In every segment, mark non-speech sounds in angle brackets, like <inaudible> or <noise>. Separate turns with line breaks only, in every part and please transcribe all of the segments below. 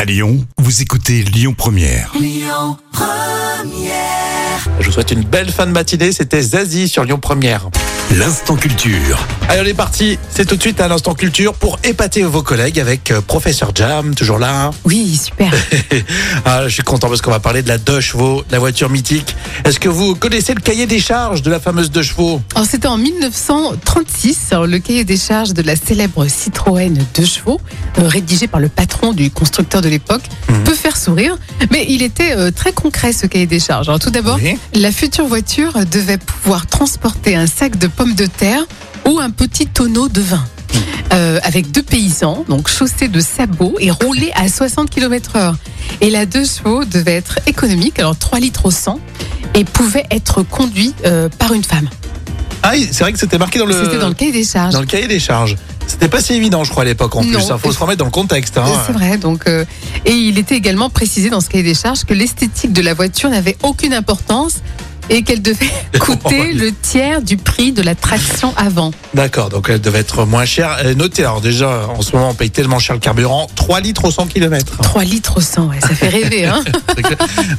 À Lyon, vous écoutez Lyon Première.
Je vous souhaite une belle fin de matinée. C'était Zazie sur Lyon Première.
L'instant culture.
Allez, on est parti. C'est tout de suite à l'instant culture pour épater vos collègues avec euh, Professeur Jam, toujours là. hein.
Oui, super.
Ah, je suis content parce qu'on va parler de la deux chevaux, la voiture mythique. Est-ce que vous connaissez le cahier des charges de la fameuse deux chevaux
Alors, C'était en 1936, alors, le cahier des charges de la célèbre Citroën deux chevaux, euh, rédigé par le patron du constructeur de l'époque,
Mhm.
peut faire sourire, mais il était euh, très concret ce cahier des charges. Alors, tout d'abord,
Oui.
la future voiture devait pouvoir transporter un sac de pommes de terre ou un petit tonneau de vin. Euh, avec deux paysans, donc chaussés de sabots et roulés à 60 km heure. Et la deux chevaux devait être économique, alors 3 litres au 100, et pouvait être conduit euh, par une femme.
Ah, oui, c'est vrai que c'était marqué dans le,
C'était dans le cahier des charges.
dans le cahier des charges. C'était pas si évident, je crois, à l'époque en
Non.
plus. Il faut se remettre dans le contexte. hein.
C'est vrai, donc euh, et il était également précisé dans ce cahier des charges que l'esthétique de la voiture n'avait aucune importance et qu'elle devait <laughs>
<laughs> Oh,
coûter le tiers du prix de la traction avant.
D'accord, donc elle devait être moins chère. Et notez, alors déjà, en ce moment, on paye tellement cher le carburant 3 litres au 100 km.
3 litres au 100, ouais, ça fait rêver <laughs> hein.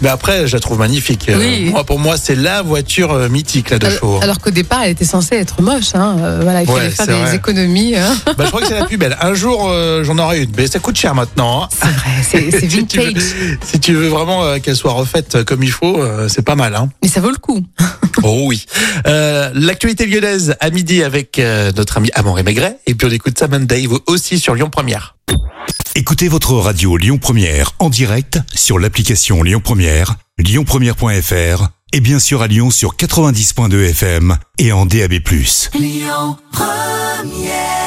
Mais après, je la trouve magnifique. Euh,
Oui.
moi, pour moi, c'est la voiture euh, mythique, la de chevaux.
Alors, alors qu'au départ, elle était censée être moche hein. euh, voilà, il fallait
Ouais,
faire
c'est
des
vrai.
économies. hein.
Bah, je crois que c'est la plus belle. Un jour, euh, j'en aurai une, mais ça coûte cher maintenant. hein.
C'est vrai, c'est <laughs>
<laughs>
c'est
Si tu veux-
vintage,
Si tu veux vraiment euh, qu'elle soit refaite euh, comme il faut, euh, c'est pas mal. Hein
mais ça vaut le coup.
oh oui. Euh, L'actualité lyonnaise à midi avec euh, notre ami Amoré Maigret. Et puis on écoute Sam Dave aussi sur Lyon Première.
Écoutez votre radio Lyon Première en direct sur l'application Lyon Première, lyonpremière.fr et bien sûr à Lyon sur 90.2 FM et en DAB+.
Lyon Première